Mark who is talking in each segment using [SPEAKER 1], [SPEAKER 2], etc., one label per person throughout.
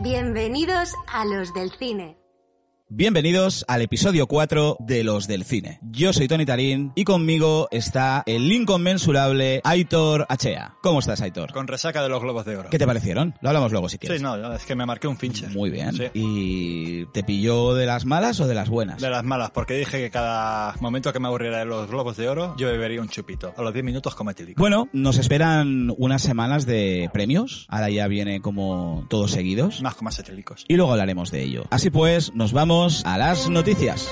[SPEAKER 1] Bienvenidos a los del cine.
[SPEAKER 2] Bienvenidos al episodio 4 de Los del Cine. Yo soy Tony Tarín y conmigo está el inconmensurable Aitor Achea. ¿Cómo estás, Aitor?
[SPEAKER 3] Con resaca de los globos de oro.
[SPEAKER 2] ¿Qué te parecieron? Lo hablamos luego si quieres.
[SPEAKER 3] Sí, no, es que me marqué un fincher.
[SPEAKER 2] Muy bien.
[SPEAKER 3] Sí.
[SPEAKER 2] ¿Y te pilló de las malas o de las buenas?
[SPEAKER 3] De las malas, porque dije que cada momento que me aburriera de los globos de oro, yo bebería un chupito. A los 10 minutos como etílico.
[SPEAKER 2] Bueno, nos esperan unas semanas de premios. Ahora ya viene como todos seguidos.
[SPEAKER 3] Más comas etílicos.
[SPEAKER 2] Y luego hablaremos de ello. Así pues, nos vamos a las noticias.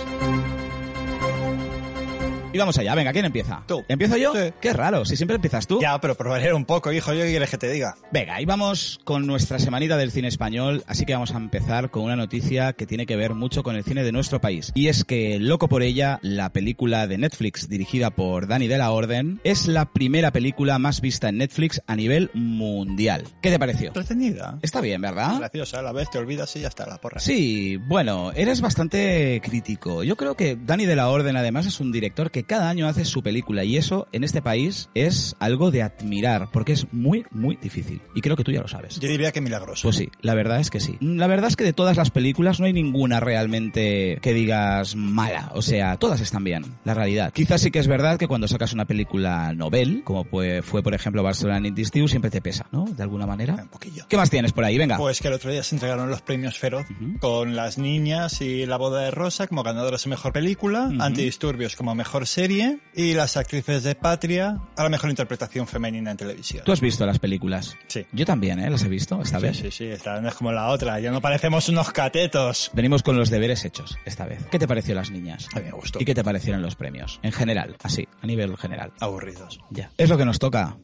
[SPEAKER 2] Y vamos allá, venga, ¿quién empieza?
[SPEAKER 3] Tú.
[SPEAKER 2] ¿Empiezo yo?
[SPEAKER 3] Sí.
[SPEAKER 2] Qué raro, si siempre empiezas tú.
[SPEAKER 3] Ya, pero probaré un poco, hijo. ¿Yo qué quieres que te diga?
[SPEAKER 2] Venga, ahí vamos con nuestra semanita del cine español, así que vamos a empezar con una noticia que tiene que ver mucho con el cine de nuestro país. Y es que Loco por ella, la película de Netflix dirigida por Dani de la Orden, es la primera película más vista en Netflix a nivel mundial. ¿Qué te pareció?
[SPEAKER 3] Entretenida.
[SPEAKER 2] Está bien, ¿verdad?
[SPEAKER 3] Graciosa, a la vez te olvidas y ya está, la porra.
[SPEAKER 2] Sí, bueno, eres bastante crítico. Yo creo que Dani de la Orden además es un director que cada año hace su película y eso en este país es algo de admirar porque es muy, muy difícil. Y creo que tú ya lo sabes.
[SPEAKER 3] Yo diría que milagroso.
[SPEAKER 2] Pues sí, la verdad es que sí. La verdad es que de todas las películas no hay ninguna realmente que digas mala. O sea, todas están bien, la realidad. Quizás sí que es verdad que cuando sacas una película novel, como fue, fue por ejemplo Barcelona Nintis Tiu, siempre te pesa, ¿no? De alguna manera.
[SPEAKER 3] Un poquillo.
[SPEAKER 2] ¿Qué más tienes por ahí? Venga.
[SPEAKER 3] Pues que el otro día se entregaron los premios Feroz
[SPEAKER 2] Ujú.
[SPEAKER 3] con Las Niñas y La Boda de Rosa como ganadoras a Mejor Película,
[SPEAKER 2] Ujú.
[SPEAKER 3] Antidisturbios como Mejor Serie y Las Actrices de Patria a la Mejor Interpretación Femenina en Televisión.
[SPEAKER 2] Tú has visto las películas.
[SPEAKER 3] Sí.
[SPEAKER 2] Yo también, ¿eh? Las he visto esta
[SPEAKER 3] Sí,
[SPEAKER 2] vez.
[SPEAKER 3] sí, sí, esta no es como la otra, ya no parecemos unos catetos.
[SPEAKER 2] Venimos con los deberes hechos esta vez. ¿Qué te pareció las niñas?
[SPEAKER 3] A mí me gustó.
[SPEAKER 2] ¿Y qué te parecieron los premios? En general, así, a nivel general.
[SPEAKER 3] Aburridos.
[SPEAKER 2] Ya. Es lo que nos toca.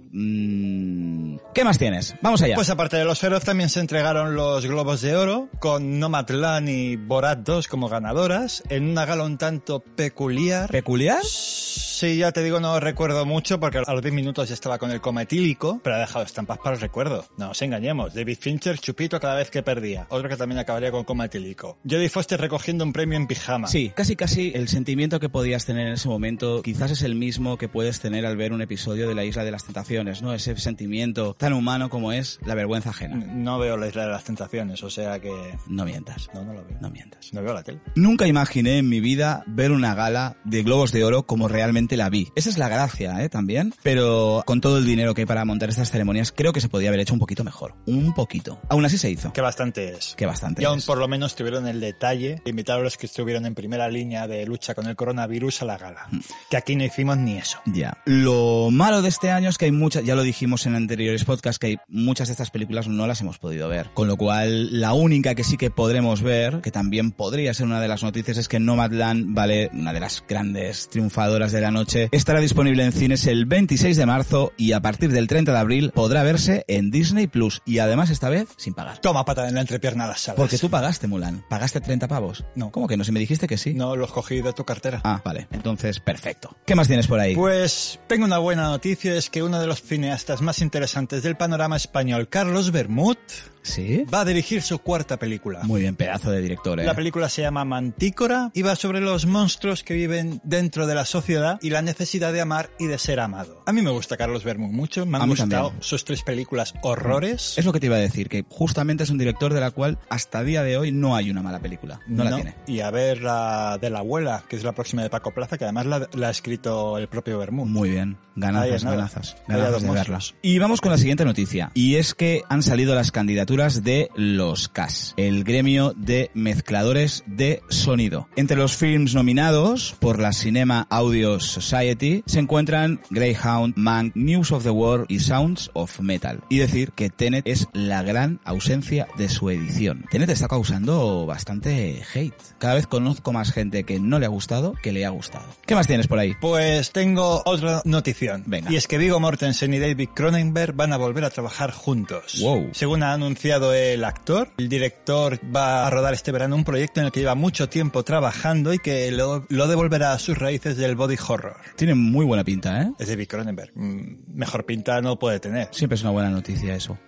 [SPEAKER 2] Mm, ¿Qué más tienes? Vamos allá.
[SPEAKER 3] Pues aparte de los Feroz también se entregaron los Globos de Oro con Nomadland y Borat 2 como ganadoras en una gala un tanto peculiar.
[SPEAKER 2] ¿Peculiar?
[SPEAKER 3] Sí, ya te digo, no recuerdo mucho porque a los 10 minutos ya estaba con el coma etílico, pero ha dejado estampas para el recuerdo. No nos engañemos. David Fincher chupito cada vez que perdía. Otro que también acabaría con coma etílico. Jodie Foster recogiendo un premio en pijama.
[SPEAKER 2] Sí, casi casi el sentimiento que podías tener en ese momento quizás es el mismo que puedes tener al ver un episodio de La Isla de las Tentaciones, ¿no? Ese sentimiento tan humano como es la vergüenza
[SPEAKER 3] N-
[SPEAKER 2] ajena.
[SPEAKER 3] No veo la isla de las tentaciones, o sea que...
[SPEAKER 2] No mientas,
[SPEAKER 3] No, no lo veo.
[SPEAKER 2] no mientas.
[SPEAKER 3] No veo la tele.
[SPEAKER 2] Nunca imaginé en mi vida ver una gala de globos de oro como realmente la vi. Esa es la gracia, ¿eh? También. Pero con todo el dinero que hay para montar estas ceremonias, creo que se podía haber hecho un poquito mejor. Un poquito. Aún así se hizo.
[SPEAKER 3] Que bastante es.
[SPEAKER 2] Que bastante.
[SPEAKER 3] Y aún
[SPEAKER 2] es.
[SPEAKER 3] por lo menos tuvieron el detalle de invitar a los que estuvieron en primera línea de lucha con el coronavirus a la gala.
[SPEAKER 2] Mm.
[SPEAKER 3] Que aquí no hicimos ni eso.
[SPEAKER 2] Ya. Lo malo de este año es que hay muchas, ya lo dijimos en anteriores podcasts, que hay muchas de estas películas no las hemos podido ver. Con lo cual, la única que sí que podremos ver, que también podría ser una de las noticias, es que Nomadland, vale, una de las grandes triunfadoras de la noche, estará disponible en cines el 26 de marzo y a partir del 30 de abril podrá verse en Disney Plus y además esta vez sin pagar.
[SPEAKER 3] Toma patada en la entrepierna a las salas.
[SPEAKER 2] Porque tú pagaste, Mulan. ¿Pagaste 30 pavos?
[SPEAKER 3] No.
[SPEAKER 2] ¿Cómo que no? Si me dijiste que sí.
[SPEAKER 3] No los cogí de tu cartera.
[SPEAKER 2] Ah, vale. Entonces, perfecto. ¿Qué más tienes por ahí?
[SPEAKER 3] Pues tengo una buena noticia, es que uno de los cineastas más interesantes del panorama español, Carlos Bermud,
[SPEAKER 2] ¿Sí?
[SPEAKER 3] va a dirigir su cuarta película.
[SPEAKER 2] Muy bien, pedazo de director, ¿eh?
[SPEAKER 3] La película se llama Mantícora y va sobre los monstruos que viven dentro de la sociedad y la necesidad de amar y de ser amado. A mí me gusta Carlos Bermud mucho, me
[SPEAKER 2] A
[SPEAKER 3] han
[SPEAKER 2] mí
[SPEAKER 3] gustado
[SPEAKER 2] también.
[SPEAKER 3] sus tres películas horrores.
[SPEAKER 2] Es lo que te iba a decir, que justamente es un director de la cual hasta día de hoy no hay una mala película. No, la tiene.
[SPEAKER 3] Y a ver la de la abuela, que es la próxima de Paco Plaza, que además la, la ha escrito el propio Bermud.
[SPEAKER 2] Muy bien.
[SPEAKER 3] Ahí
[SPEAKER 2] Ganazas,
[SPEAKER 3] es nada.
[SPEAKER 2] ganazas.
[SPEAKER 3] Ahí hay
[SPEAKER 2] Ganazas
[SPEAKER 3] dos
[SPEAKER 2] de verla.
[SPEAKER 3] monstruos.
[SPEAKER 2] Y vamos con la siguiente noticia. Y es que han salido las candidaturas de los CAS, el gremio de mezcladores de sonido. Entre los films nominados por la Cinema Audio Society se encuentran Greyhound, Mank, News of the World y Sounds of Metal. Y decir que Tenet es la gran ausencia de su edición. Tenet está causando bastante hate. Cada vez conozco más gente que no le ha gustado que le ha gustado. ¿Qué más tienes por ahí?
[SPEAKER 3] Pues tengo otra notición.
[SPEAKER 2] Venga.
[SPEAKER 3] Y es que Vigo Mortensen y David Cronenberg van a volver a trabajar juntos.
[SPEAKER 2] Wow.
[SPEAKER 3] Según ha anunciado el actor, el director va a rodar este verano un proyecto en el que lleva mucho tiempo trabajando y que lo, lo devolverá a sus raíces del body horror.
[SPEAKER 2] Tiene muy buena pinta, ¿eh?
[SPEAKER 3] Es David Cronenberg. Mm, Mejor pinta no puede tener.
[SPEAKER 2] Siempre es una buena noticia eso.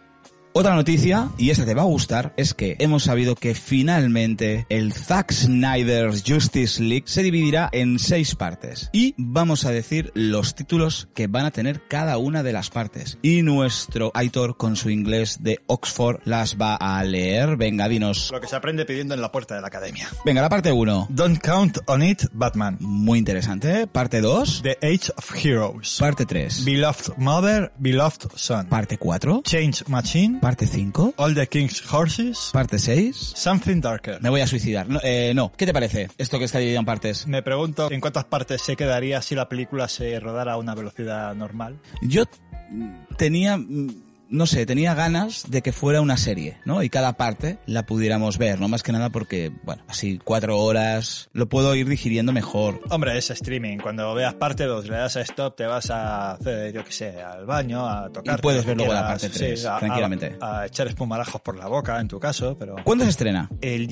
[SPEAKER 2] Otra noticia, y esta te va a gustar, es que hemos sabido que finalmente el Zack Snyder's Justice League se dividirá en seis partes. Y vamos a decir los títulos que van a tener cada una de las partes. Y nuestro Aitor, con su inglés de Oxford, las va a leer. Venga, dinos.
[SPEAKER 3] Lo que se aprende pidiendo en la puerta de la academia.
[SPEAKER 2] Venga, la parte 1.
[SPEAKER 3] Don't count on it, Batman.
[SPEAKER 2] Muy interesante. ¿eh? Parte 2.
[SPEAKER 3] The Age of Heroes.
[SPEAKER 2] Parte 3.
[SPEAKER 3] Beloved Mother, Beloved Son.
[SPEAKER 2] Parte 4.
[SPEAKER 3] Change Machine.
[SPEAKER 2] Parte 5.
[SPEAKER 3] All the King's Horses.
[SPEAKER 2] Parte 6.
[SPEAKER 3] Something Darker.
[SPEAKER 2] Me voy a suicidar. No, eh, no. ¿qué te parece esto que está dividido en partes?
[SPEAKER 3] Me pregunto en cuántas partes se quedaría si la película se rodara a una velocidad normal.
[SPEAKER 2] Yo mm, tenía... mm, No sé, tenía ganas de que fuera una serie, ¿no? Y cada parte la pudiéramos ver, no más que nada porque, bueno, así cuatro horas lo puedo ir digiriendo mejor.
[SPEAKER 3] Hombre, es streaming. Cuando veas parte 2, le das a stop, te vas a hacer, yo qué sé, al baño, a tocar.
[SPEAKER 2] Y puedes ver luego la parte tres, tranquilamente.
[SPEAKER 3] A, echar espumarajos por la boca, en tu caso, pero...
[SPEAKER 2] ¿Cuándo se estrena?
[SPEAKER 3] El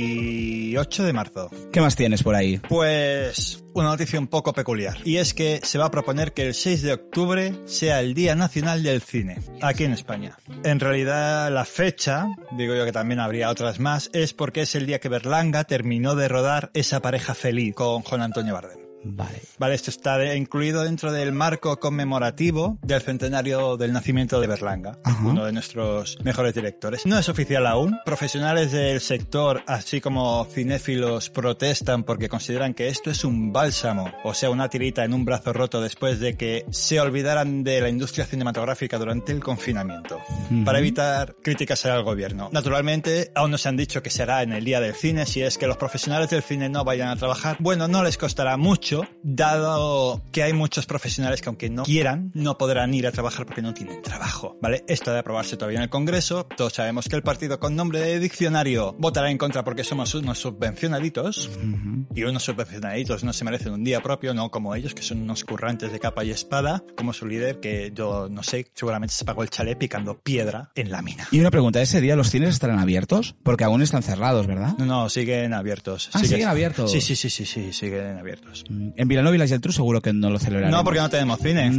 [SPEAKER 3] 18 de marzo.
[SPEAKER 2] ¿Qué más tienes por ahí?
[SPEAKER 3] Pues una noticia un poco peculiar. Y es que se va a proponer que el 6 de octubre sea el Día Nacional del Cine, aquí en España. En realidad la fecha, digo yo que también habría otras más, es porque es el día que Berlanga terminó de rodar esa pareja feliz con Juan Antonio Bardem.
[SPEAKER 2] Vale.
[SPEAKER 3] Vale, esto está de- incluido dentro del marco conmemorativo del centenario del nacimiento de Berlanga,
[SPEAKER 2] Ajá.
[SPEAKER 3] uno de nuestros mejores directores. No es oficial aún. Profesionales del sector, así como cinéfilos, protestan porque consideran que esto es un bálsamo, o sea, una tirita en un brazo roto después de que se olvidaran de la industria cinematográfica durante el confinamiento,
[SPEAKER 2] Ujú.
[SPEAKER 3] para evitar críticas al gobierno. Naturalmente, aún no se han dicho que será en el día del cine, si es que los profesionales del cine no vayan a trabajar. Bueno, no les costará mucho, dado que hay muchos profesionales que aunque no quieran, no podrán ir a trabajar porque no tienen trabajo, ¿vale? Esto ha de aprobarse todavía en el Congreso. Todos sabemos que el partido con nombre de diccionario votará en contra porque somos unos subvencionaditos.
[SPEAKER 2] Ujú.
[SPEAKER 3] Y unos subvencionaditos no se merecen un día propio, no como ellos, que son unos currantes de capa y espada, como su líder, que yo no sé, seguramente se pagó el chalet picando piedra en la mina.
[SPEAKER 2] Y una pregunta, ¿ese día los cines estarán abiertos? Porque aún están cerrados, ¿verdad?
[SPEAKER 3] No, no, siguen abiertos.
[SPEAKER 2] Ah, siguen abiertos.
[SPEAKER 3] Sí, sí, sí, sí, sí, siguen abiertos.
[SPEAKER 2] Mm, En Vilanova y la Geltrú seguro que no lo celebrarán.
[SPEAKER 3] No, porque no tenemos
[SPEAKER 2] Mm.
[SPEAKER 3] cine.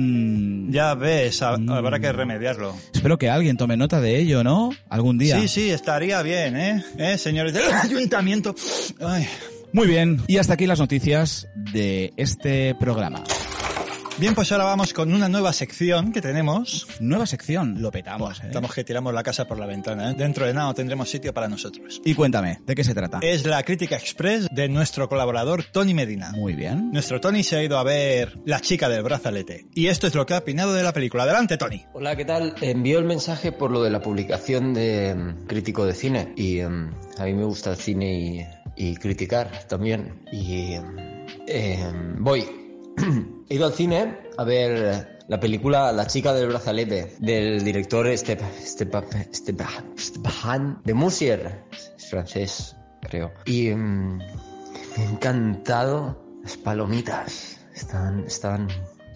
[SPEAKER 2] Ya.
[SPEAKER 3] Ya ves, ha-
[SPEAKER 2] Mm.
[SPEAKER 3] habrá que remediarlo.
[SPEAKER 2] Espero que alguien tome nota de ello, ¿no? Algún día.
[SPEAKER 3] Sí, sí, estaría bien, ¿eh? ¿Eh, señores del ayuntamiento? Ay.
[SPEAKER 2] Muy bien. Y hasta aquí las noticias de este programa.
[SPEAKER 3] Bien, pues ahora vamos con una nueva sección que tenemos.
[SPEAKER 2] Nueva sección. Lo petamos, ¿eh?
[SPEAKER 3] Estamos que tiramos la casa por la ventana. ¿eh? Dentro de nada no tendremos sitio para nosotros.
[SPEAKER 2] Y cuéntame, ¿de qué se trata?
[SPEAKER 4] Eh,
[SPEAKER 3] Es la crítica express de nuestro colaborador Tony Medina.
[SPEAKER 2] Muy bien.
[SPEAKER 3] Nuestro Tony se ha ido a ver La chica del brazalete. Y esto es lo que ha opinado de la película. Adelante, Tony.
[SPEAKER 5] Hola, ¿qué tal? Envió el mensaje por lo de la publicación de mm, Crítico de Cine. Y mm, a mí me gusta el cine y, y criticar también. Y mm, em, voy. He ido al cine a ver la película La chica del brazalete del director Step, Step, Step, Stepan de Musier. Es francés, creo. Y mm, me ha encantado las palomitas. Están, están,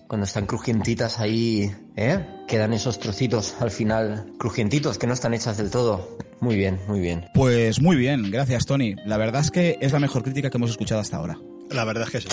[SPEAKER 5] cuando están crujientitas ahí, ¿eh? Quedan esos trocitos al final, crujientitos, que no están hechas del todo. Muy bien, muy bien.
[SPEAKER 2] Pues muy bien, gracias Tony. La verdad es que es la mejor crítica que hemos escuchado hasta ahora.
[SPEAKER 3] La verdad es que sí.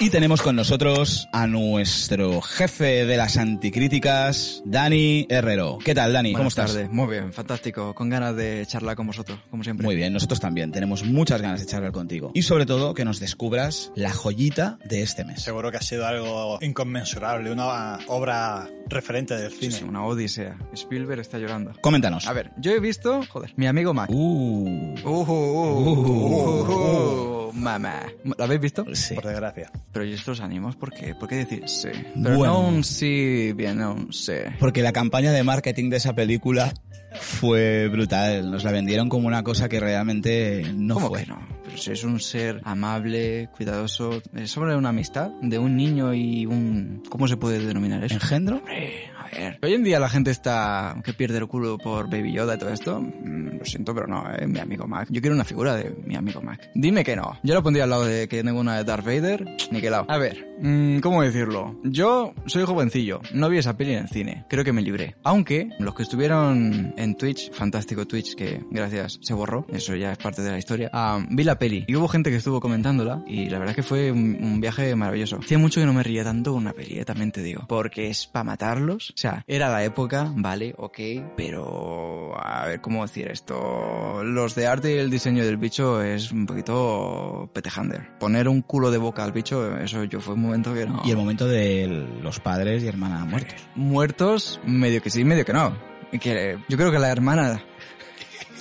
[SPEAKER 2] Y tenemos con nosotros a nuestro jefe de las anticríticas, Dani Herrero. ¿Qué tal, Dani? ¿Cómo
[SPEAKER 4] Buenas
[SPEAKER 2] estás?
[SPEAKER 4] tardes. Muy bien, fantástico. Con ganas de charlar con vosotros, como siempre.
[SPEAKER 2] Muy bien, nosotros también tenemos muchas ganas de charlar contigo. Y sobre todo que nos descubras la joyita de este mes.
[SPEAKER 3] Seguro que ha sido algo inconmensurable, una obra referente del
[SPEAKER 4] Sí,
[SPEAKER 3] cine.
[SPEAKER 4] sí, una odisea. Spielberg está llorando.
[SPEAKER 2] Coméntanos.
[SPEAKER 4] A ver, yo he visto... Joder, mi amigo Mac.
[SPEAKER 2] Uh,
[SPEAKER 4] Uh, uh, uh, uh, mamá. ¿Lo habéis visto?
[SPEAKER 2] sí.
[SPEAKER 3] Por desgracia.
[SPEAKER 4] Pero yo esto os animo porque... ¿Por qué decir sí? Pero
[SPEAKER 2] Bueno.
[SPEAKER 4] no un sí bien, no un sí.
[SPEAKER 2] Porque la campaña de marketing de esa película fue brutal. Nos la vendieron como una cosa que realmente no
[SPEAKER 4] ¿Cómo
[SPEAKER 2] fue.
[SPEAKER 4] que no? Pero si es un ser amable, cuidadoso... Es sobre una amistad de un niño y un... ¿Cómo se puede denominar eso?
[SPEAKER 2] ¿Engendro?
[SPEAKER 4] Hombre, a ver. Hoy en día la gente está que pierde el culo por Baby Yoda y todo esto. Mm, lo siento, pero no, eh, mi amigo Mac. Yo quiero una figura de mi amigo Mac. Dime que no. Yo la pondría al lado de que tengo una de Darth Vader, niquelado. A ver, mm, ¿cómo decirlo? Yo soy jovencillo, no vi esa peli en el cine. Creo que me libré. Aunque los que estuvieron en Twitch, fantástico Twitch que gracias se borró, eso ya es parte de la historia, ah, vi la peli y hubo gente que estuvo comentándola y la verdad es que fue un, un viaje maravilloso. Hacía mucho que no me ría tanto con una peli, eh, también te digo. Porque es para matarlos O sea, era la época, vale, ok, pero a ver cómo decir esto. Los de arte y el diseño del bicho es un poquito petejander. Poner un culo de boca al bicho, eso yo fue un momento que no.
[SPEAKER 2] Y el momento de los padres y hermana muertos.
[SPEAKER 4] Muertos, medio que sí, medio que no. Y que yo creo que la hermana.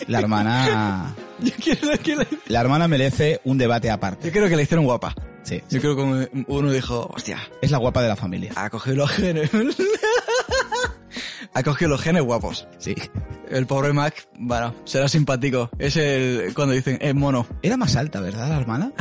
[SPEAKER 2] La hermana...
[SPEAKER 4] Yo creo que la,
[SPEAKER 2] La hermana merece un debate
[SPEAKER 4] yo
[SPEAKER 2] aparte.
[SPEAKER 4] creo que la hicieron guapa.
[SPEAKER 2] Sí.
[SPEAKER 4] Yo creo que uno dijo, hostia,
[SPEAKER 2] Es la guapa de la familia.
[SPEAKER 4] ha cogido los genes. ha cogido los genes guapos.
[SPEAKER 2] Sí.
[SPEAKER 4] El pobre Mac, bueno, será simpático. Es el, cuando dicen, es mono.
[SPEAKER 2] Era más alta, ¿verdad, la hermana?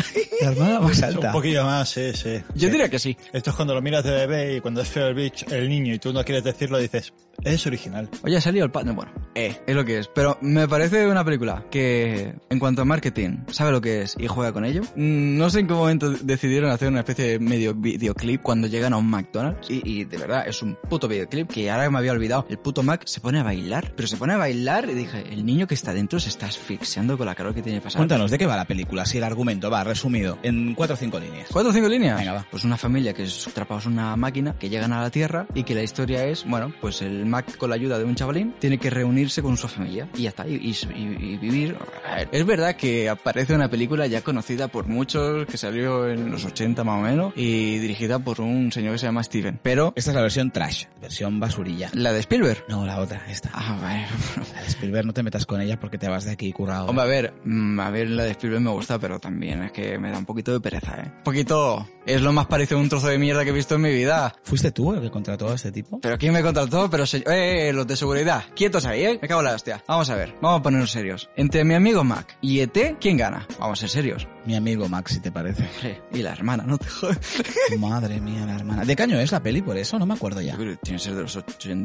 [SPEAKER 2] La hermana más
[SPEAKER 3] Un
[SPEAKER 2] alta.
[SPEAKER 3] poquillo más, sí, sí.
[SPEAKER 4] Yo diría que sí.
[SPEAKER 3] Esto es cuando lo miras de bebé y cuando es feo el bicho, el niño, y tú no quieres decirlo, dices, es original.
[SPEAKER 4] Oye, ha salido el padre. Bueno, eh, es lo que es. Pero me parece una película que, en cuanto a marketing, sabe lo que es y juega con ello. Mm, No sé en qué momento decidieron hacer una especie de medio videoclip cuando llegan a un McDonald's. Y, y de verdad, es un puto videoclip que ahora me había olvidado. El puto Mac se pone a bailar, pero se pone a bailar y dije, el niño que está dentro se está asfixiando con la calor que tiene pasada.
[SPEAKER 2] Cuéntanos, ¿de qué va la película? Si el argumento va resumido en cuatro o cinco líneas.
[SPEAKER 4] ¿Cuatro o cinco líneas?
[SPEAKER 2] Venga, va.
[SPEAKER 4] Pues una familia que es atrapados en una máquina, que llegan a la Tierra y que la historia es, bueno, pues el Mac con la ayuda de un chavalín tiene que reunirse con su familia y ya está, y, y- y- y vivir. A ver, es verdad que aparece una película ya conocida por muchos, que salió en los 80 más o menos, y dirigida por un señor que se llama Steven. Pero
[SPEAKER 2] Esta es la versión trash, versión basurilla.
[SPEAKER 4] la de Spielberg.
[SPEAKER 2] No, la otra, esta.
[SPEAKER 4] Ah, bueno.
[SPEAKER 2] La de Spielberg no te metas con ella porque te vas de aquí currado.
[SPEAKER 4] Hombre, a ver, mm, a ver, la de Spielberg me gusta, pero también es que me da un poquito de pereza, ¿eh? Un poquito. Es lo más parecido a un trozo de mierda que he visto en mi vida.
[SPEAKER 2] ¿Fuiste tú el que contrató a este tipo?
[SPEAKER 4] ¿Pero quién me contrató? Pero se... ¡Eh, eh, los de seguridad! Quietos ahí, ¿eh? Me cago en la hostia. Vamos a ver, vamos a ponernos serios. Entre mi amigo Mac y ET, ¿quién gana? Vamos a ser serios.
[SPEAKER 2] Mi amigo Max, si te parece.
[SPEAKER 4] Hombre, Y la hermana, no te jodas.
[SPEAKER 2] Madre mía, la hermana. ¿De caño es la peli por eso? No me acuerdo ya.
[SPEAKER 4] Yo creo que Tiene que ser de los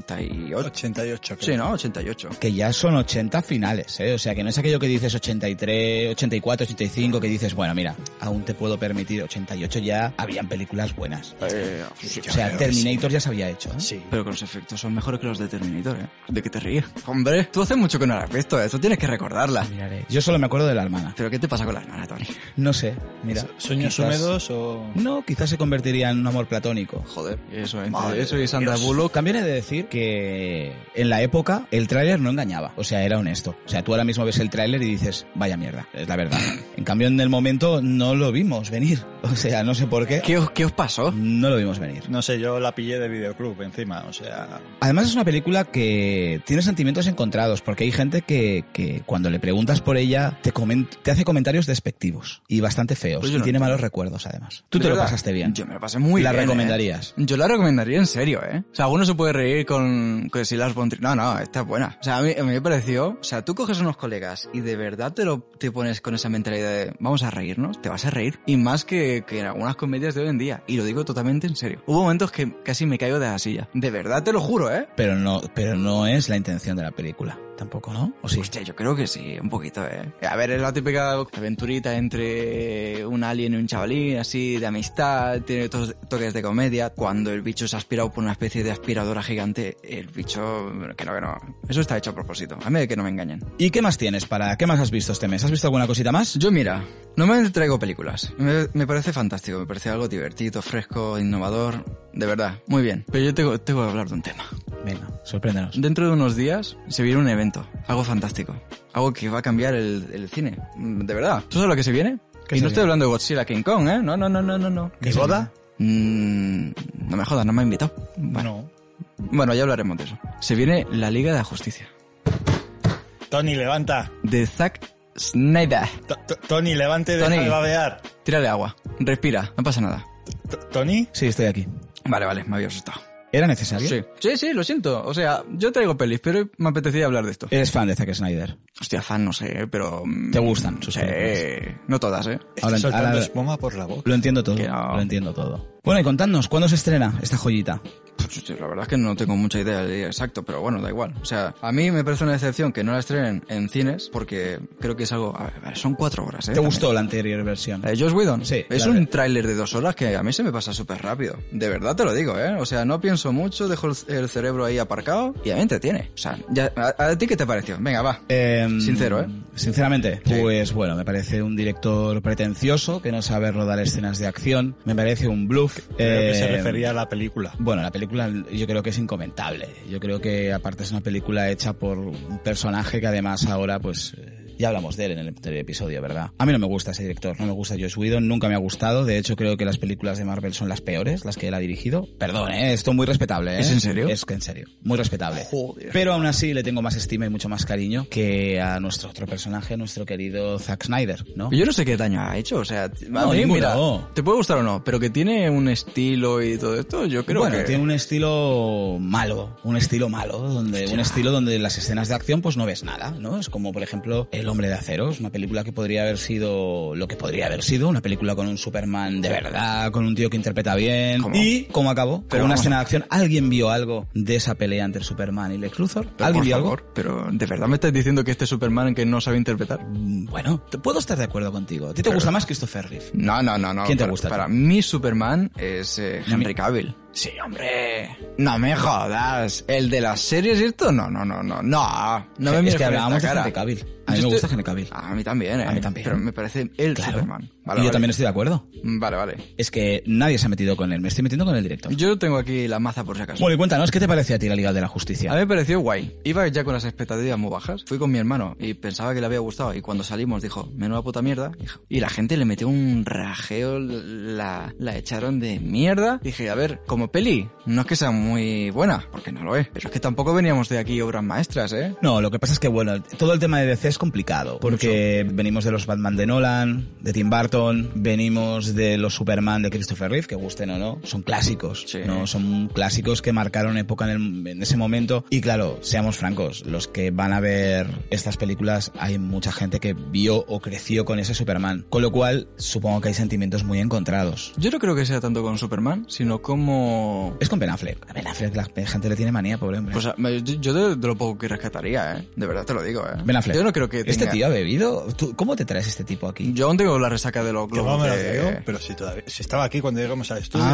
[SPEAKER 4] 88.
[SPEAKER 3] 88, creo.
[SPEAKER 4] Sí, ¿no? 88.
[SPEAKER 2] Que ya son 80 finales, ¿eh? O sea, que no es aquello que dices 83, 84, 85, que dices, bueno, mira, aún te puedo permitir 88, ya habían películas buenas.
[SPEAKER 4] Eh, sí.
[SPEAKER 2] o sea, Terminator ya se había hecho, ¿eh?
[SPEAKER 3] Sí.
[SPEAKER 4] Pero que los efectos son mejores que los de Terminator, ¿eh? ¿De qué te ríes? Hombre, tú hace mucho que no la has visto, ¿eh? Tú tienes que recordarla.
[SPEAKER 2] Miraré. Yo solo me acuerdo de la hermana.
[SPEAKER 4] ¿Pero qué te pasa con la hermana, Tony?
[SPEAKER 2] No sé, mira.
[SPEAKER 3] ¿Sueños
[SPEAKER 2] quizás-
[SPEAKER 3] húmedos o...?
[SPEAKER 2] No, quizás se convertiría en un amor platónico.
[SPEAKER 4] Joder, eso, entre
[SPEAKER 2] Ah,
[SPEAKER 3] Madre
[SPEAKER 4] eso y
[SPEAKER 3] de
[SPEAKER 4] Sandra
[SPEAKER 3] Dios.
[SPEAKER 4] Bullock.
[SPEAKER 2] También he de decir que en la época el tráiler no engañaba, o sea, era honesto. O sea, tú ahora mismo ves el tráiler y dices, vaya mierda, es la verdad. En cambio, en el momento no lo vimos venir, o sea, no sé por qué,
[SPEAKER 4] ¿Qué os, ¿Qué os pasó?
[SPEAKER 2] no lo vimos venir.
[SPEAKER 3] No sé, yo la pillé de videoclub encima, o sea...
[SPEAKER 2] Además es una película que tiene sentimientos encontrados, porque hay gente que, que cuando le preguntas por ella te, comen- te hace comentarios despectivos y bastante feos,
[SPEAKER 4] Pues yo
[SPEAKER 2] y
[SPEAKER 4] no
[SPEAKER 2] tiene
[SPEAKER 4] entiendo.
[SPEAKER 2] malos recuerdos además. Tú
[SPEAKER 4] ¿De
[SPEAKER 2] te lo
[SPEAKER 4] verdad?
[SPEAKER 2] pasaste bien.
[SPEAKER 4] Yo me lo pasé muy
[SPEAKER 2] ¿La
[SPEAKER 4] bien. ¿eh?
[SPEAKER 2] recomendarías?
[SPEAKER 4] Yo la recomendaría en serio, ¿eh? O sea, uno se puede reír con, con si las von Trier- No, no, esta es buena. O sea, a mí, a mí me pareció... O sea, tú coges unos colegas y de verdad te lo te pones con esa mentalidad de vamos a reírnos, te vas a reír. Y más que, que en algunas comedias de hoy en día. Y lo digo totalmente en serio. Hubo momentos que casi me caigo de la silla. De verdad, te lo juro, ¿eh?
[SPEAKER 2] Pero no, pero no es la intención de la película, tampoco, ¿no? ¿O sí?
[SPEAKER 4] Hostia, yo creo que sí, un poquito, ¿eh? A ver, es la típica aventurita entre un alien y un chavalín, así, de amistad, tiene to- toques de comedia. Cuando el bicho se ha aspirado por una especie de aspiradora gigante, el bicho... Que no, que no. Eso está hecho a propósito. A mí que no me engañen.
[SPEAKER 2] ¿Y qué más tienes para qué más has visto este mes? ¿Has visto alguna cosita más?
[SPEAKER 4] Yo mira, no me traigo películas. Me, me parece fantástico, me parece algo divertido, fresco, innovador. De verdad, muy bien. Pero yo tengo, tengo que hablar de un tema.
[SPEAKER 2] Venga, sorpréndenos.
[SPEAKER 4] Dentro de unos días se viene un evento, algo fantástico, algo que va a cambiar el, el cine, Mm, de verdad. ¿Tú sabes lo que se
[SPEAKER 2] ¿Qué
[SPEAKER 4] viene? Y
[SPEAKER 2] se
[SPEAKER 4] no
[SPEAKER 2] viene?
[SPEAKER 4] estoy hablando de Godzilla King Kong, ¿eh? No, no, no, no, no, no.
[SPEAKER 2] ¿Mi boda?
[SPEAKER 4] Mm, no me jodas, no me ha invitado. Bueno,
[SPEAKER 3] Bueno...
[SPEAKER 4] bueno, ya hablaremos de eso. Se viene la Liga de la Justicia
[SPEAKER 3] Tony, levanta.
[SPEAKER 4] de Zack Snyder.
[SPEAKER 3] To- to- Tony, levante y deja
[SPEAKER 4] Tony.
[SPEAKER 3] de babear.
[SPEAKER 4] Tírale agua, respira, no pasa nada.
[SPEAKER 3] T- ¿Tony?
[SPEAKER 2] Sí, estoy aquí.
[SPEAKER 4] Vale, vale, me había asustado.
[SPEAKER 2] ¿Era necesario?
[SPEAKER 4] Sí, sí, sí, lo siento. O sea, yo traigo pelis, pero me apetecía hablar de esto.
[SPEAKER 2] Eres fan de Zack Snyder.
[SPEAKER 4] Hostia, fan, no sé, ¿eh? pero... mm,
[SPEAKER 2] Eh. Te gustan sus
[SPEAKER 4] Sí,
[SPEAKER 2] películas.
[SPEAKER 4] no todas, ¿eh?
[SPEAKER 3] Está
[SPEAKER 2] Ahora-
[SPEAKER 3] soltando
[SPEAKER 2] ahora-
[SPEAKER 3] espuma por la boca.
[SPEAKER 2] Lo entiendo todo.
[SPEAKER 4] Que no.
[SPEAKER 2] Lo entiendo todo. Bueno, y contadnos, ¿cuándo se estrena esta joyita?
[SPEAKER 4] Pues, la verdad es que no tengo mucha idea del día exacto, pero bueno, da igual. O sea, a mí me parece una decepción que no la estrenen en cines porque creo que es algo... A ver, a ver, son cuatro horas, ¿eh?
[SPEAKER 2] ¿Te gustó la anterior versión?
[SPEAKER 4] ¿La de Josh Whedon?
[SPEAKER 2] Sí,
[SPEAKER 4] Es
[SPEAKER 2] la
[SPEAKER 4] un
[SPEAKER 2] de-
[SPEAKER 4] tráiler de dos horas que a mí se me pasa súper rápido. De verdad te lo digo, ¿eh? O sea, no pienso mucho, dejo el- el cerebro ahí aparcado y a mí me entretiene. O sea, ya, ¿a, a ti qué te pareció? Venga, va.
[SPEAKER 2] Em,
[SPEAKER 4] Sincero, ¿eh?
[SPEAKER 2] Sinceramente,
[SPEAKER 4] Sí.
[SPEAKER 2] pues bueno, me parece un director pretencioso que no sabe rodar escenas de acción. Me parece un bluff.
[SPEAKER 3] Creo que se
[SPEAKER 2] Eh,
[SPEAKER 3] refería a la película.
[SPEAKER 2] Bueno, la película yo creo que es incomentable. Yo creo que aparte es una película hecha por un personaje que además ahora pues eh, ya hablamos de él en el anterior episodio, ¿verdad? A mí no me gusta ese director, no me gusta Josh Whedon, nunca me ha gustado. De hecho creo que las películas de Marvel son las peores, las que él ha dirigido. Perdón, ¿eh? esto muy respetable. ¿eh?
[SPEAKER 4] ¿Es en serio?
[SPEAKER 2] Es que en serio, muy respetable.
[SPEAKER 4] Joder.
[SPEAKER 2] Pero aún así le tengo más estima y mucho más cariño que a nuestro otro personaje, nuestro querido Zack Snyder, ¿no?
[SPEAKER 4] Yo no sé qué daño ha hecho, o sea, t- a
[SPEAKER 2] No,
[SPEAKER 4] mí,
[SPEAKER 2] ninguno.
[SPEAKER 4] mira, te puede gustar o no, pero que tiene un estilo y todo esto, yo creo
[SPEAKER 2] bueno,
[SPEAKER 4] que...
[SPEAKER 2] tiene un estilo malo, un estilo malo, donde un estilo donde las escenas de acción pues no ves nada, ¿no? Es como por ejemplo El hombre de acero, es una película que podría haber sido lo que podría haber sido, una película con un Superman de verdad, con un tío que interpreta bien
[SPEAKER 4] ¿Cómo?
[SPEAKER 2] y cómo acabó, con
[SPEAKER 4] Pero
[SPEAKER 2] una
[SPEAKER 4] vamos
[SPEAKER 2] escena de acción, ¿alguien vio algo de esa pelea entre Superman y Lex Luthor?
[SPEAKER 4] Pero,
[SPEAKER 2] ¿Alguien
[SPEAKER 4] por
[SPEAKER 2] vio algo?
[SPEAKER 4] favor, Pero, ¿de verdad me estás diciendo que este Superman que no sabe interpretar?
[SPEAKER 2] Mm, Bueno, te- puedo estar de acuerdo contigo. ¿A ti te
[SPEAKER 4] Pero-
[SPEAKER 2] gusta más Christopher Reeve?
[SPEAKER 4] No, no, no, no.
[SPEAKER 2] ¿Quién te
[SPEAKER 4] para-
[SPEAKER 2] gusta a ti?
[SPEAKER 4] Para mí Superman es eh,
[SPEAKER 2] A mí-
[SPEAKER 4] Henry Cavill. Sí, hombre. No me jodas. El de las series y esto, no, no, no, no, no. No me
[SPEAKER 2] es
[SPEAKER 4] mires
[SPEAKER 2] que
[SPEAKER 4] con
[SPEAKER 2] hablábamos
[SPEAKER 4] esta
[SPEAKER 2] de
[SPEAKER 4] cara.
[SPEAKER 2] Henry Cavill. A mí
[SPEAKER 4] Yo
[SPEAKER 2] me
[SPEAKER 4] estoy-
[SPEAKER 2] gusta Henry Cavill.
[SPEAKER 4] A mí también, eh.
[SPEAKER 2] A mí también.
[SPEAKER 4] Pero me parece el
[SPEAKER 2] Claro.
[SPEAKER 4] Superman.
[SPEAKER 2] y
[SPEAKER 4] Vale,
[SPEAKER 2] yo
[SPEAKER 4] vale.
[SPEAKER 2] también estoy de acuerdo.
[SPEAKER 4] Vale, vale.
[SPEAKER 2] Es que nadie se ha metido con él, me estoy metiendo con el director.
[SPEAKER 4] Yo tengo aquí la maza por si acaso.
[SPEAKER 2] Bueno, y cuéntanos, ¿qué te parece a ti la Liga de la
[SPEAKER 4] A
[SPEAKER 2] Justicia?
[SPEAKER 4] mí me pareció guay. Iba ya con las expectativas muy bajas. Fui con mi hermano y pensaba que le había gustado. Y cuando salimos dijo, menuda puta mierda. hijo". Y la gente le metió un rajeo, la, la echaron de mierda. Dije, a ver, como peli, no es que sea muy buena, porque no lo es. Pero es que tampoco veníamos de aquí obras maestras, ¿eh?
[SPEAKER 2] No, lo que pasa es que, bueno, todo el tema de DC es complicado, porque venimos de los Batman de Nolan, de Tim Burton, venimos de los Superman de Christopher Reeve, que gusten o no, son clásicos,
[SPEAKER 4] Sí.
[SPEAKER 2] ¿no? Son clásicos que marcaron época en, el- en ese momento. Y claro, seamos francos, los que van a ver estas películas, hay mucha gente que vio o creció con ese Superman, con lo cual supongo que hay sentimientos muy encontrados.
[SPEAKER 4] Yo no creo que sea tanto con Superman, sino como...
[SPEAKER 2] Es con Ben Affleck. A Ben Affleck la gente le tiene manía, pobre hombre.
[SPEAKER 4] Pues a- me- yo yo de, de lo poco que rescataría, ¿eh? De verdad te lo digo, ¿eh?
[SPEAKER 2] Ben Affleck.
[SPEAKER 4] Yo no creo que
[SPEAKER 2] ¿Este
[SPEAKER 4] tenga-
[SPEAKER 2] tío ha bebido? ¿Tú- ¿Cómo te traes este tipo aquí?
[SPEAKER 4] Yo aún tengo la resaca de los
[SPEAKER 3] Que no
[SPEAKER 4] globos
[SPEAKER 3] me lo
[SPEAKER 4] de-
[SPEAKER 3] creo, pero si todavía. Si estaba aquí cuando llegamos al estudio.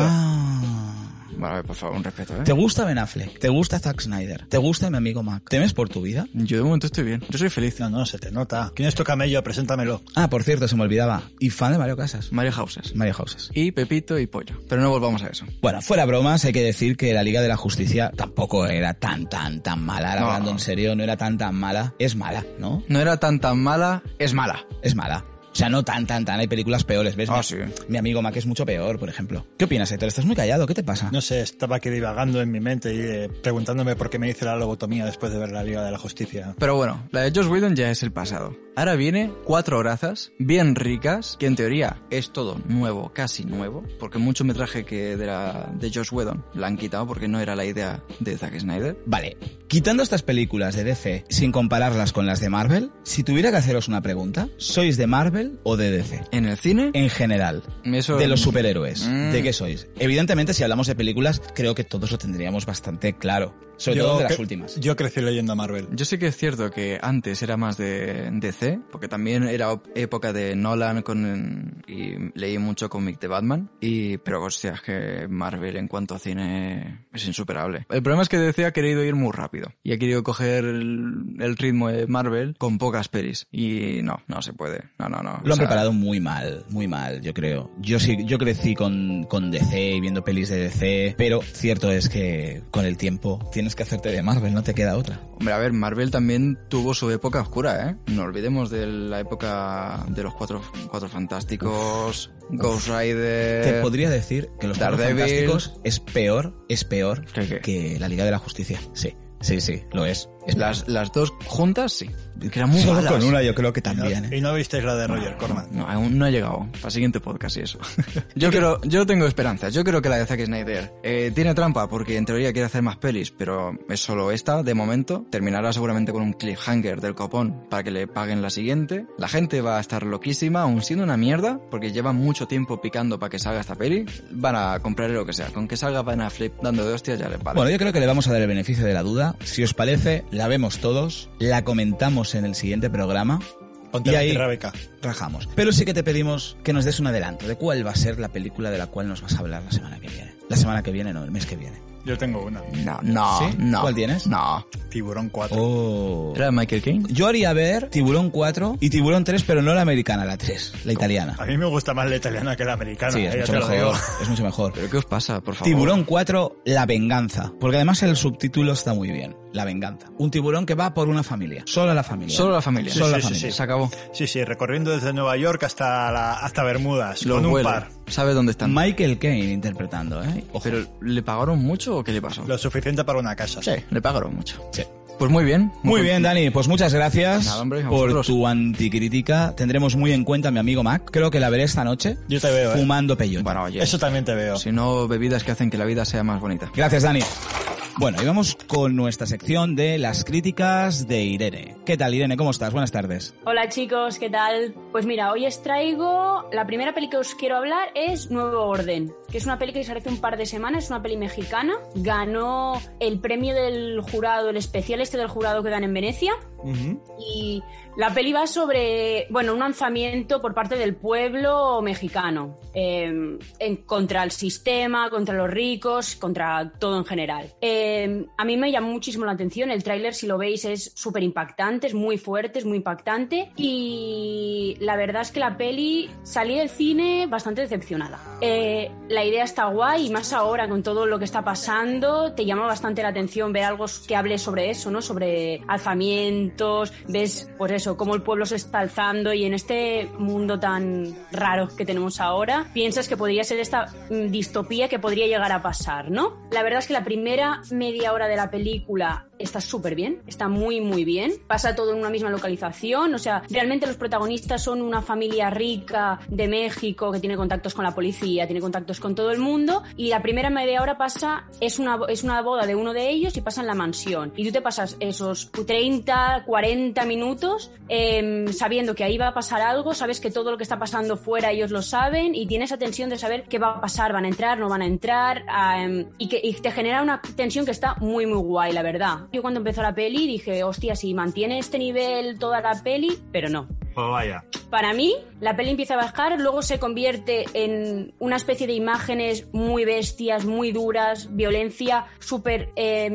[SPEAKER 2] Ah.
[SPEAKER 4] Bueno, a ver, por favor, un respeto, ¿eh?
[SPEAKER 2] ¿Te gusta Ben Affleck? ¿Te gusta Zack Snyder? ¿Te gusta mi amigo Mac? ¿Temes por tu vida?
[SPEAKER 4] Yo de momento estoy bien. Yo soy feliz.
[SPEAKER 3] No, no, se te nota. ¿Quién es tu camello? Preséntamelo.
[SPEAKER 2] Ah, por cierto, se me olvidaba. Y fan de Mario Casas.
[SPEAKER 4] Mario Houses.
[SPEAKER 2] Mario Houses.
[SPEAKER 4] Y Pepito y Pollo. Pero no volvamos a eso.
[SPEAKER 2] Bueno, fuera bromas, hay que decir que la Liga de la Justicia tampoco era tan, tan, tan mala. Ahora
[SPEAKER 4] No.
[SPEAKER 2] hablando en serio, no era tan, tan mala. Es mala, ¿no?
[SPEAKER 4] No era tan tan mala, es mala.
[SPEAKER 2] Es mala. O sea, no tan, tan, tan. Hay películas peores, ¿ves?
[SPEAKER 4] Ah,
[SPEAKER 2] Mi-
[SPEAKER 4] sí.
[SPEAKER 2] Mi amigo Mac es mucho peor, por ejemplo. ¿Qué opinas, Héctor? Estás muy callado. ¿Qué te pasa?
[SPEAKER 3] No sé, estaba aquí divagando en mi mente y eh, preguntándome por qué me hice la lobotomía después de ver la Liga de la Justicia.
[SPEAKER 4] Pero bueno, la de Josh Whedon ya es el pasado. Ahora viene cuatro horazas, bien ricas, que en teoría es todo nuevo, casi nuevo, porque mucho metraje que de, la, de Josh Whedon la han quitado porque no era la idea de Zack Snyder.
[SPEAKER 2] Vale, quitando estas películas de DC sin compararlas con las de Marvel, si tuviera que haceros una pregunta, ¿sois de Marvel o de DC?
[SPEAKER 4] En el cine,
[SPEAKER 2] En general,
[SPEAKER 4] eso...
[SPEAKER 2] de los superhéroes,
[SPEAKER 4] Mm.
[SPEAKER 2] ¿de qué sois? Evidentemente, si hablamos de películas, creo que todos lo tendríamos bastante claro, sobre todo de las
[SPEAKER 3] cre-
[SPEAKER 2] últimas.
[SPEAKER 3] Yo crecí leyendo Marvel.
[SPEAKER 4] Yo sé que es cierto que antes era más de DC, porque también era op- época de Nolan con, y leí mucho cómic de Batman. Y, pero hostia, es que Marvel en cuanto a cine es insuperable. El problema es que DC ha querido ir muy rápido y ha querido coger el, el ritmo de Marvel con pocas pelis. Y no, no se puede. No, no,
[SPEAKER 2] Lo
[SPEAKER 4] no. O
[SPEAKER 2] han
[SPEAKER 4] sea,
[SPEAKER 2] preparado muy mal, muy mal, yo creo. Yo sí, yo crecí con, con DC y viendo pelis de DC, pero cierto es que con el tiempo tienes que hacerte de Marvel, no te queda otra.
[SPEAKER 4] Hombre, a ver, Marvel también tuvo su época oscura, ¿eh? No olvidemos de la época de los cuatro, cuatro fantásticos, Ghost Rider.
[SPEAKER 2] Te podría decir que los Cuatro
[SPEAKER 4] Daredevil.
[SPEAKER 2] Fantásticos es peor, es peor
[SPEAKER 4] ¿Qué, qué?
[SPEAKER 2] que la Liga de la Justicia. Sí, sí, sí, lo es. Es
[SPEAKER 4] Las, las dos juntas, sí. Que eran muy
[SPEAKER 2] solo
[SPEAKER 4] malas.
[SPEAKER 2] con una yo creo que
[SPEAKER 3] No-
[SPEAKER 2] también. ¿eh?
[SPEAKER 3] Y no visteis la de Roger Corman.
[SPEAKER 4] No, aún no ha llegado. Para el siguiente podcast y eso. yo creo, yo tengo esperanzas. Yo creo que la de Zack Snyder eh, tiene trampa porque en teoría quiere hacer más pelis, pero es solo esta de momento. Terminará seguramente con un cliffhanger del copón para que le paguen la siguiente. La gente va a estar loquísima, aún siendo una mierda, porque lleva mucho tiempo picando para que salga esta peli. Van a comprar lo que sea. Con que salga van a flip dando de hostias ya les vale.
[SPEAKER 2] Bueno, yo creo que le vamos a dar el beneficio de la duda. Si os parece, la vemos todos, la comentamos en el siguiente programa,
[SPEAKER 3] Ponte
[SPEAKER 2] Y
[SPEAKER 3] la
[SPEAKER 2] ahí-
[SPEAKER 3] tierra, Beca.
[SPEAKER 2] rajamos. Pero sí que te pedimos que nos des un adelanto de cuál va a ser la película de la cual nos vas a hablar la semana que viene. La semana que viene, no, el mes que viene.
[SPEAKER 3] Yo tengo una.
[SPEAKER 4] No, no,
[SPEAKER 2] ¿Sí?
[SPEAKER 4] no.
[SPEAKER 2] ¿Cuál tienes?
[SPEAKER 4] No.
[SPEAKER 3] Tiburón 4.
[SPEAKER 2] Oh.
[SPEAKER 4] ¿Era Michael King?
[SPEAKER 2] Yo haría ver Tiburón 4 y Tiburón 3, pero no la americana, la 3, la italiana.
[SPEAKER 3] A mí me gusta más la italiana que Ah, la americana.
[SPEAKER 2] Sí,
[SPEAKER 3] eh,
[SPEAKER 2] es
[SPEAKER 3] ya
[SPEAKER 2] mucho
[SPEAKER 3] te lo digo.
[SPEAKER 2] mejor. Es mucho mejor.
[SPEAKER 4] ¿Pero qué os pasa, por favor?
[SPEAKER 2] Tiburón 4, La Venganza. Porque además el subtítulo está muy bien. La Venganza. Un tiburón que va por una familia. Solo la familia.
[SPEAKER 4] Solo la familia.
[SPEAKER 3] Sí,
[SPEAKER 4] Solo
[SPEAKER 3] sí,
[SPEAKER 4] la
[SPEAKER 3] sí, sí.
[SPEAKER 4] familia. Se acabó.
[SPEAKER 3] Sí, sí, recorriendo desde Nueva York hasta, la, hasta Bermudas.
[SPEAKER 4] Los
[SPEAKER 3] con un
[SPEAKER 4] vuelos.
[SPEAKER 3] par.
[SPEAKER 4] Sabe dónde están.
[SPEAKER 2] Michael Caine interpretando, ¿eh? Ojo.
[SPEAKER 4] ¿Pero le pagaron mucho o qué le pasó?
[SPEAKER 3] Lo suficiente para una casa.
[SPEAKER 4] Sí, le pagaron mucho.
[SPEAKER 2] Sí.
[SPEAKER 4] Pues muy bien.
[SPEAKER 2] Muy bien, Dani, pues muchas gracias
[SPEAKER 4] Nada, hombre, a
[SPEAKER 2] por
[SPEAKER 4] vosotros.
[SPEAKER 2] tu anticrítica. Tendremos muy en cuenta a mi amigo Mac. Creo que la veré esta noche
[SPEAKER 3] Yo te veo, eh.
[SPEAKER 2] fumando peyote.
[SPEAKER 4] Bueno, oye.
[SPEAKER 3] Eso también te veo.
[SPEAKER 4] Si no, bebidas que hacen que la vida sea más bonita.
[SPEAKER 2] Gracias, Dani. Bueno, y vamos con nuestra sección de las críticas de Irene. ¿Qué tal, Irene? ¿Cómo estás? Buenas tardes.
[SPEAKER 6] Hola chicos, ¿qué tal? Pues mira, hoy os traigo. La primera peli que os quiero hablar es Nuevo Orden, que es una peli que se hace un par de semanas, es una peli mexicana. Ganó el premio del jurado, el especial este del jurado que dan en Venecia.
[SPEAKER 3] Ujú.
[SPEAKER 6] Y la peli va sobre, bueno, un lanzamiento por parte del pueblo mexicano eh, en, contra el sistema, contra los ricos, contra todo en general. Eh, a mí me llamó muchísimo la atención, el tráiler, si lo veis, es súper impactante, es muy fuerte, es muy impactante y la verdad es que la peli salí del cine bastante decepcionada. Eh, la idea está guay y más ahora con todo lo que está pasando, te llama bastante la atención ver algo que hable sobre eso, ¿no? Sobre alzamientos, ves, pues eso, cómo el pueblo se está alzando y en este mundo tan raro que tenemos ahora, piensas que podría ser esta mm, distopía que podría llegar a pasar, ¿no? La verdad es que la primera media hora de la película está súper bien, está muy, muy bien. Pasa todo en una misma localización, o sea, realmente los protagonistas son una familia rica de México que tiene contactos con la policía, tiene contactos con todo el mundo y la primera media hora pasa, es una, es una boda de uno de ellos y pasa en la mansión. Y tú te pasas esos 30, 40 minutos em, sabiendo que ahí va a pasar algo, sabes que todo lo que está pasando fuera ellos lo saben y tienes esa tensión de saber qué va a pasar, van a entrar, no van a entrar ah, em, y que y te genera una tensión que está muy muy guay, la verdad. Yo cuando empezó la peli dije, hostia, si mantiene este nivel toda la peli, pero no,
[SPEAKER 3] Pues vaya.
[SPEAKER 6] para mí, la peli empieza a bajar, luego se convierte en una especie de imágenes muy bestias, muy duras, violencia súper eh,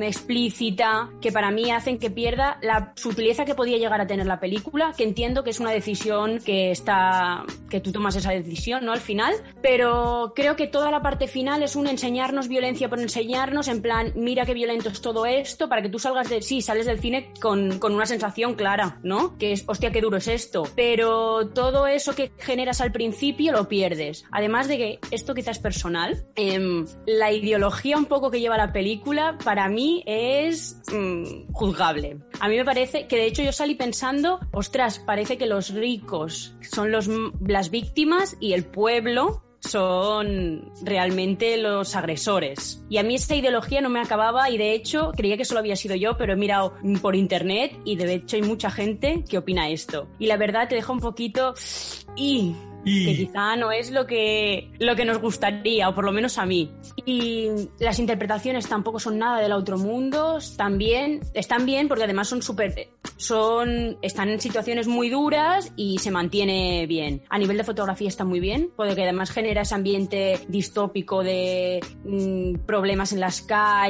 [SPEAKER 6] explícita, que para mí hacen que pierda la sutileza que podía llegar a tener la película, que entiendo que es una decisión que está. que tú tomas esa decisión, ¿no? Al final. Pero creo que toda la parte final es un enseñarnos violencia por enseñarnos, en plan, mira qué violento es todo esto, para que tú salgas de. sí, sales del cine con, con una sensación clara, ¿no? Que es, hostia, qué duro es esto. Pero todo eso que generas al principio lo pierdes. Además de que esto quizás es personal, em, la ideología un poco que lleva la película para mí es mm, juzgable. A mí me parece que de hecho yo salí pensando, ostras, parece que los ricos son los, m- las víctimas y el pueblo son realmente los agresores. Y a mí esta ideología no me acababa y de hecho creía que solo había sido yo, pero he mirado mm, por internet y de hecho hay mucha gente que opina esto. Y la verdad te deja un poquito y que quizá no es lo que, lo que nos gustaría, o por lo menos a mí. Y las interpretaciones tampoco son nada del otro mundo, también, están bien porque además son súper, son, están en situaciones muy duras y se mantiene bien. A nivel de fotografía está muy bien, porque además genera ese ambiente distópico de mm, problemas en las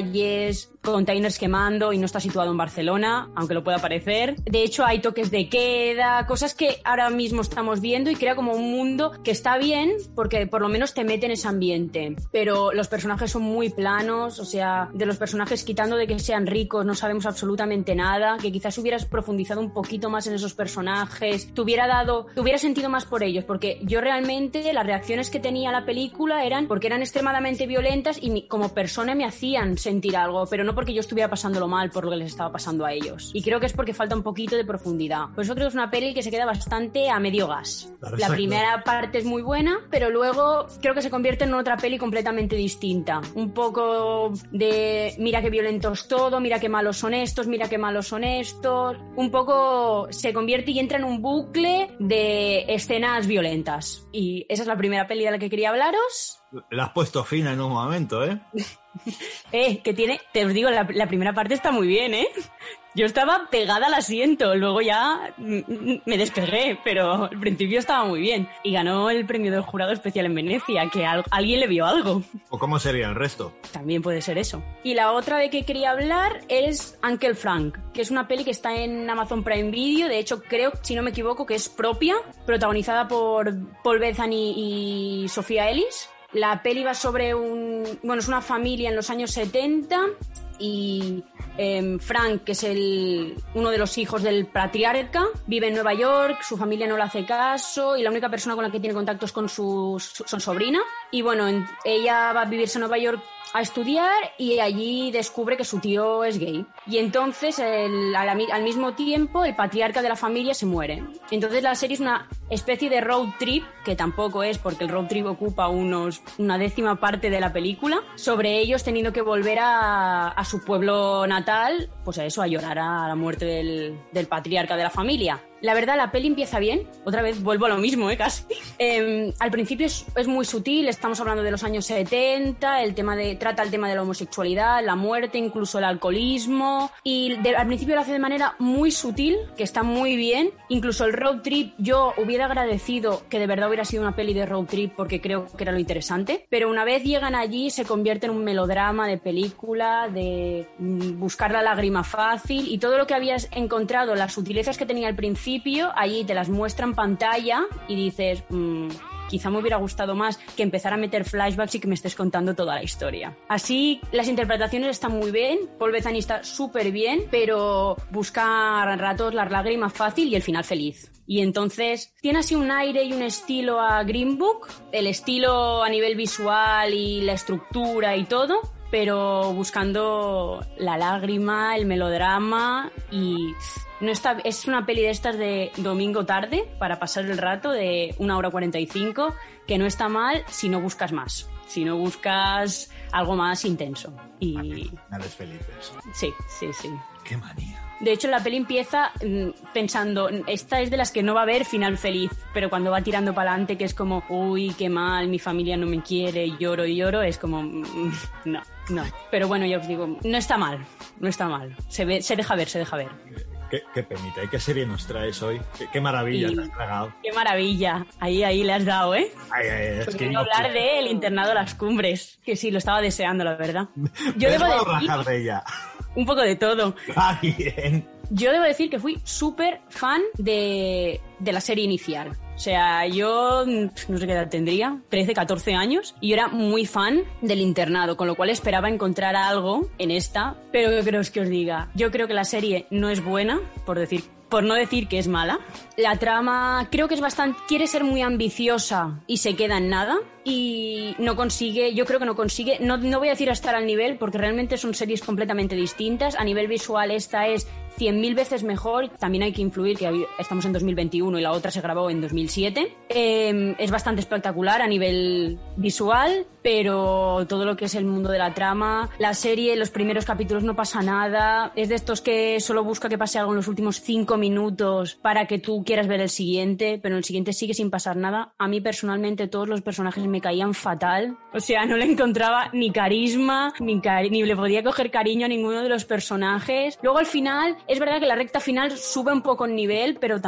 [SPEAKER 6] calles, containers quemando y no está situado en Barcelona, aunque lo pueda parecer. De hecho, hay toques de queda, cosas que ahora mismo estamos viendo y crea como un mundo que está bien porque por lo menos te mete en ese ambiente. Pero los personajes son muy planos, o sea, de los personajes quitando de que sean ricos, no sabemos absolutamente nada, que quizás hubieras profundizado un poquito más en esos personajes, te hubiera dado, te hubiera sentido más por ellos, porque yo realmente las reacciones que tenía la película eran porque eran extremadamente violentas y mi- como persona me hacían sentir algo, pero no porque yo estuviera pasándolo mal por lo que les estaba pasando a ellos. Y creo que es porque falta un poquito de profundidad. Por eso creo que es una peli que se queda bastante a medio gas.
[SPEAKER 3] Claro,
[SPEAKER 6] la
[SPEAKER 3] exacto.
[SPEAKER 6] primera parte es muy buena, pero luego creo que se convierte en otra peli completamente distinta. Un poco de mira qué violentos todo, mira qué malos son estos, mira qué malos son estos. Un poco se convierte y entra en un bucle de escenas violentas. Y esa es la primera peli de la que quería hablaros.
[SPEAKER 3] La has puesto fina en un momento, ¿eh?
[SPEAKER 6] Eh, que tiene, te os digo, la, la primera parte está muy bien, ¿eh? Yo estaba pegada al asiento, luego ya mm, me despegué, pero al principio estaba muy bien. Y ganó el premio del jurado especial en Venecia, que al- alguien le vio algo.
[SPEAKER 3] ¿O cómo sería el resto?
[SPEAKER 6] También puede ser eso. Y la otra de que quería hablar es Uncle Frank, que es una peli que está en Amazon Prime Video. De hecho, creo, si no me equivoco, que es propia, protagonizada por Paul Bethany y Sofía Ellis. La peli va sobre un. Bueno, es una familia en los años 70 y em, Frank, que es el, uno de los hijos del patriarca, vive en Nueva York, su familia no le hace caso y la única persona con la que tiene contacto es con su, su- su sobrina. Y bueno, en- ella va a vivirse a Nueva York a estudiar y allí descubre que su tío es gay. Y entonces, el- al, ami- al mismo tiempo, el patriarca de la familia se muere. Entonces la serie es una especie de road trip, que tampoco es porque el road trip ocupa unos, una décima parte de la película, sobre ellos teniendo que volver a, a su pueblo natal, pues a eso, a llorar a la muerte del, del patriarca de la familia. La verdad, la peli empieza bien. Otra vez vuelvo a lo mismo, ¿eh? casi. Em, al principio es, es muy sutil, estamos hablando de los años 70, el tema de, trata el tema de la homosexualidad, la muerte, incluso el alcoholismo. Y de- al principio lo hace de manera muy sutil, que está muy bien. Incluso el road trip, yo hubiera agradecido que de verdad hubiera sido una peli de road trip porque creo que era lo interesante. Pero una vez llegan allí, se convierte en un melodrama de película, de mm, buscar la lágrima fácil y todo lo que habías encontrado, las sutilezas que tenía al principio, allí te las muestra en pantalla y dices, "Mm, quizá me hubiera gustado más que empezar a meter flashbacks y que me estés contando toda la historia. Así, las interpretaciones están muy bien, Paul Bettany está súper bien, pero busca a ratos las lágrimas fácil y el final feliz. Y entonces tiene así un aire y un estilo a Green Book, el estilo a nivel visual y la estructura y todo, pero buscando la lágrima, el melodrama y no está, es una peli de estas de domingo tarde para pasar el rato de una hora 45 que no está mal si no buscas más, si no buscas algo más intenso. Y
[SPEAKER 3] Finales felices.
[SPEAKER 6] sí, sí, sí.
[SPEAKER 3] Qué manía.
[SPEAKER 6] De hecho, la peli empieza mm, pensando, esta es de las que no va a haber final feliz, pero cuando va tirando para adelante, que es como, uy, qué mal, mi familia no me quiere, lloro y lloro, es como, mm, no, no. Pero bueno, ya os digo, no está mal, no está mal. Se, ve, se deja ver, se deja ver.
[SPEAKER 3] Qué, qué penita. ¿Y qué serie nos traes hoy? Qué, qué maravilla
[SPEAKER 6] Y-
[SPEAKER 3] te has tragado.
[SPEAKER 6] Qué maravilla, ahí, ahí le has dado, ¿eh?
[SPEAKER 3] Ay, ay, ay, es
[SPEAKER 6] Porque
[SPEAKER 3] que
[SPEAKER 6] quiero
[SPEAKER 3] no-
[SPEAKER 6] hablar de El internado a las cumbres, que sí, lo estaba deseando, la verdad. Yo
[SPEAKER 3] Me
[SPEAKER 6] debo
[SPEAKER 3] puedo
[SPEAKER 6] decir
[SPEAKER 3] rajar de ella.
[SPEAKER 6] un poco de todo.
[SPEAKER 3] Ah, bien.
[SPEAKER 6] Yo debo decir que fui súper fan de, de la serie inicial. O sea, yo mm, no sé qué edad tendría, 13, 14 años, y yo era muy fan del internado, con lo cual esperaba encontrar algo en esta, pero yo creo que os diga, yo creo que la serie no es buena, por decir, por no decir que es mala. La trama creo que es bastante, quiere ser muy ambiciosa y se queda en nada, y no consigue, yo creo que no consigue, no, no voy a decir a estar al nivel, porque realmente son series completamente distintas. A nivel visual, esta es 100.000 veces mejor. También hay que influir que hay- estamos en 2021 y la otra se grabó en 2007. Eh, es bastante espectacular a nivel visual, pero todo lo que es el mundo de la trama, la serie, los primeros capítulos no pasa nada. Es de estos que solo busca que pase algo en los últimos cinco minutos para que tú quieras ver el siguiente, pero en el siguiente sigue sin pasar nada. A mí personalmente todos los personajes me caían fatal. O sea, no le encontraba ni carisma, ni, cari- ni le podía coger cariño a ninguno de los personajes. Luego al final, es verdad que la recta final sube un poco en nivel, pero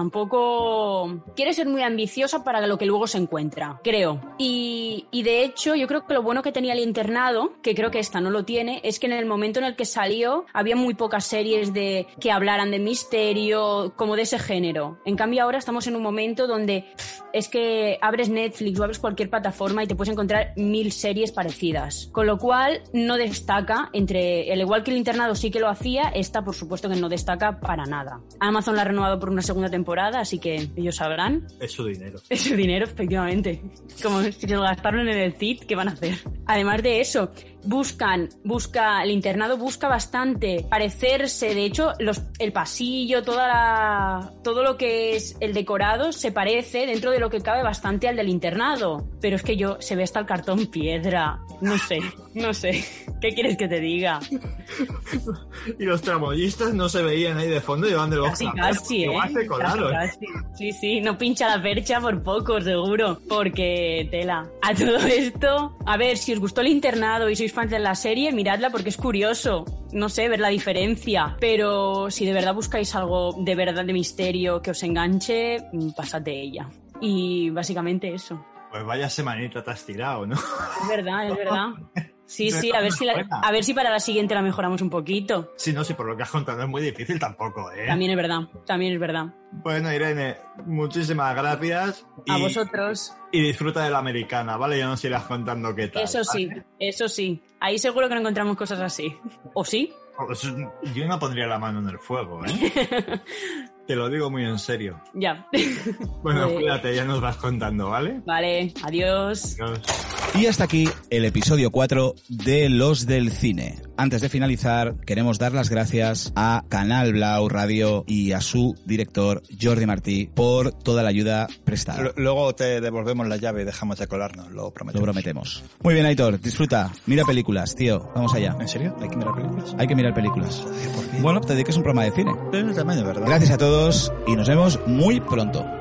[SPEAKER 6] tampoco quiere ser muy ambiciosa para lo que luego se encuentra, creo. Y, y de hecho, yo creo que lo bueno que tenía el internado, que creo que esta no lo tiene, es que en el momento en el que salió había muy pocas series de que hablaran de misterio, como de ese género. En cambio, ahora estamos en un momento donde pff, es que abres Netflix o abres cualquier plataforma y te puedes encontrar mil series parecidas. Con lo cual, no destaca entre. El igual que el internado sí que lo hacía, esta, por supuesto, que no destaca para nada. Amazon la ha renovado por una segunda temporada, así que ellos sabrán.
[SPEAKER 3] Es su dinero.
[SPEAKER 6] Es su dinero, efectivamente. Como si se lo gastaron en el CID, ¿qué van a hacer? Además de eso, buscan, busca, el internado busca bastante parecerse. De hecho, los, el pasillo, toda la, todo lo que es el decorado se parece dentro de lo que cabe bastante al del internado. Pero es que yo, se ve hasta el cartón piedra. No sé. No sé. ¿Qué quieres que te diga?
[SPEAKER 3] Y los tramoyistas no se veían ahí de fondo, llevan del
[SPEAKER 6] Casi,
[SPEAKER 3] boxeo.
[SPEAKER 6] casi, ¿eh?
[SPEAKER 3] Igual se colaron.
[SPEAKER 6] Casi, casi. Sí, sí, no pincha la percha por poco, seguro. Porque, tela. A todo esto, a ver, si os gustó el internado y sois fans de la serie, miradla porque es curioso. No sé, ver la diferencia. Pero si de verdad buscáis algo de verdad de misterio que os enganche, mm, pasad de ella. Y básicamente eso.
[SPEAKER 3] Pues vaya semanita te has tirado, ¿no?
[SPEAKER 6] Es verdad, es verdad. Sí,
[SPEAKER 3] No
[SPEAKER 6] sí,
[SPEAKER 3] está
[SPEAKER 6] a ver,
[SPEAKER 3] muy
[SPEAKER 6] si la-
[SPEAKER 3] buena.
[SPEAKER 6] a ver si para la siguiente la mejoramos un poquito.
[SPEAKER 3] Si no, si por lo que has contado es muy difícil tampoco, ¿eh?
[SPEAKER 6] También es verdad, también es verdad.
[SPEAKER 3] Bueno, Irene, muchísimas gracias.
[SPEAKER 6] A
[SPEAKER 3] y-
[SPEAKER 6] vosotros.
[SPEAKER 3] Y disfruta de la americana, ¿vale? Ya nos irás contando qué tal.
[SPEAKER 6] Eso sí, eso sí. Ahí seguro que no encontramos cosas así. ¿O sí?
[SPEAKER 3] Pues, yo no pondría la mano en el fuego, ¿eh? Te lo digo muy en serio.
[SPEAKER 6] Ya.
[SPEAKER 3] Bueno,
[SPEAKER 6] Pues-
[SPEAKER 3] cuídate, ya nos vas contando, ¿vale?
[SPEAKER 6] Vale, adiós.
[SPEAKER 3] Adiós.
[SPEAKER 2] Y hasta aquí el episodio 4 de Los del Cine. Antes de finalizar, queremos dar las gracias a Canal Blau Radio y a su director Jordi Martí por toda la ayuda prestada.
[SPEAKER 7] L- Luego te devolvemos la llave y dejamos de colarnos, lo
[SPEAKER 2] Lo
[SPEAKER 7] prometemos.
[SPEAKER 2] prometemos. Muy bien, Aitor, disfruta. Mira películas, tío. Vamos allá.
[SPEAKER 7] ¿En serio? ¿Hay que mirar películas?
[SPEAKER 2] Hay que mirar películas. Bueno, te dediques a un programa de cine.
[SPEAKER 7] Pero también es verdad.
[SPEAKER 2] Gracias a todos y nos vemos muy pronto.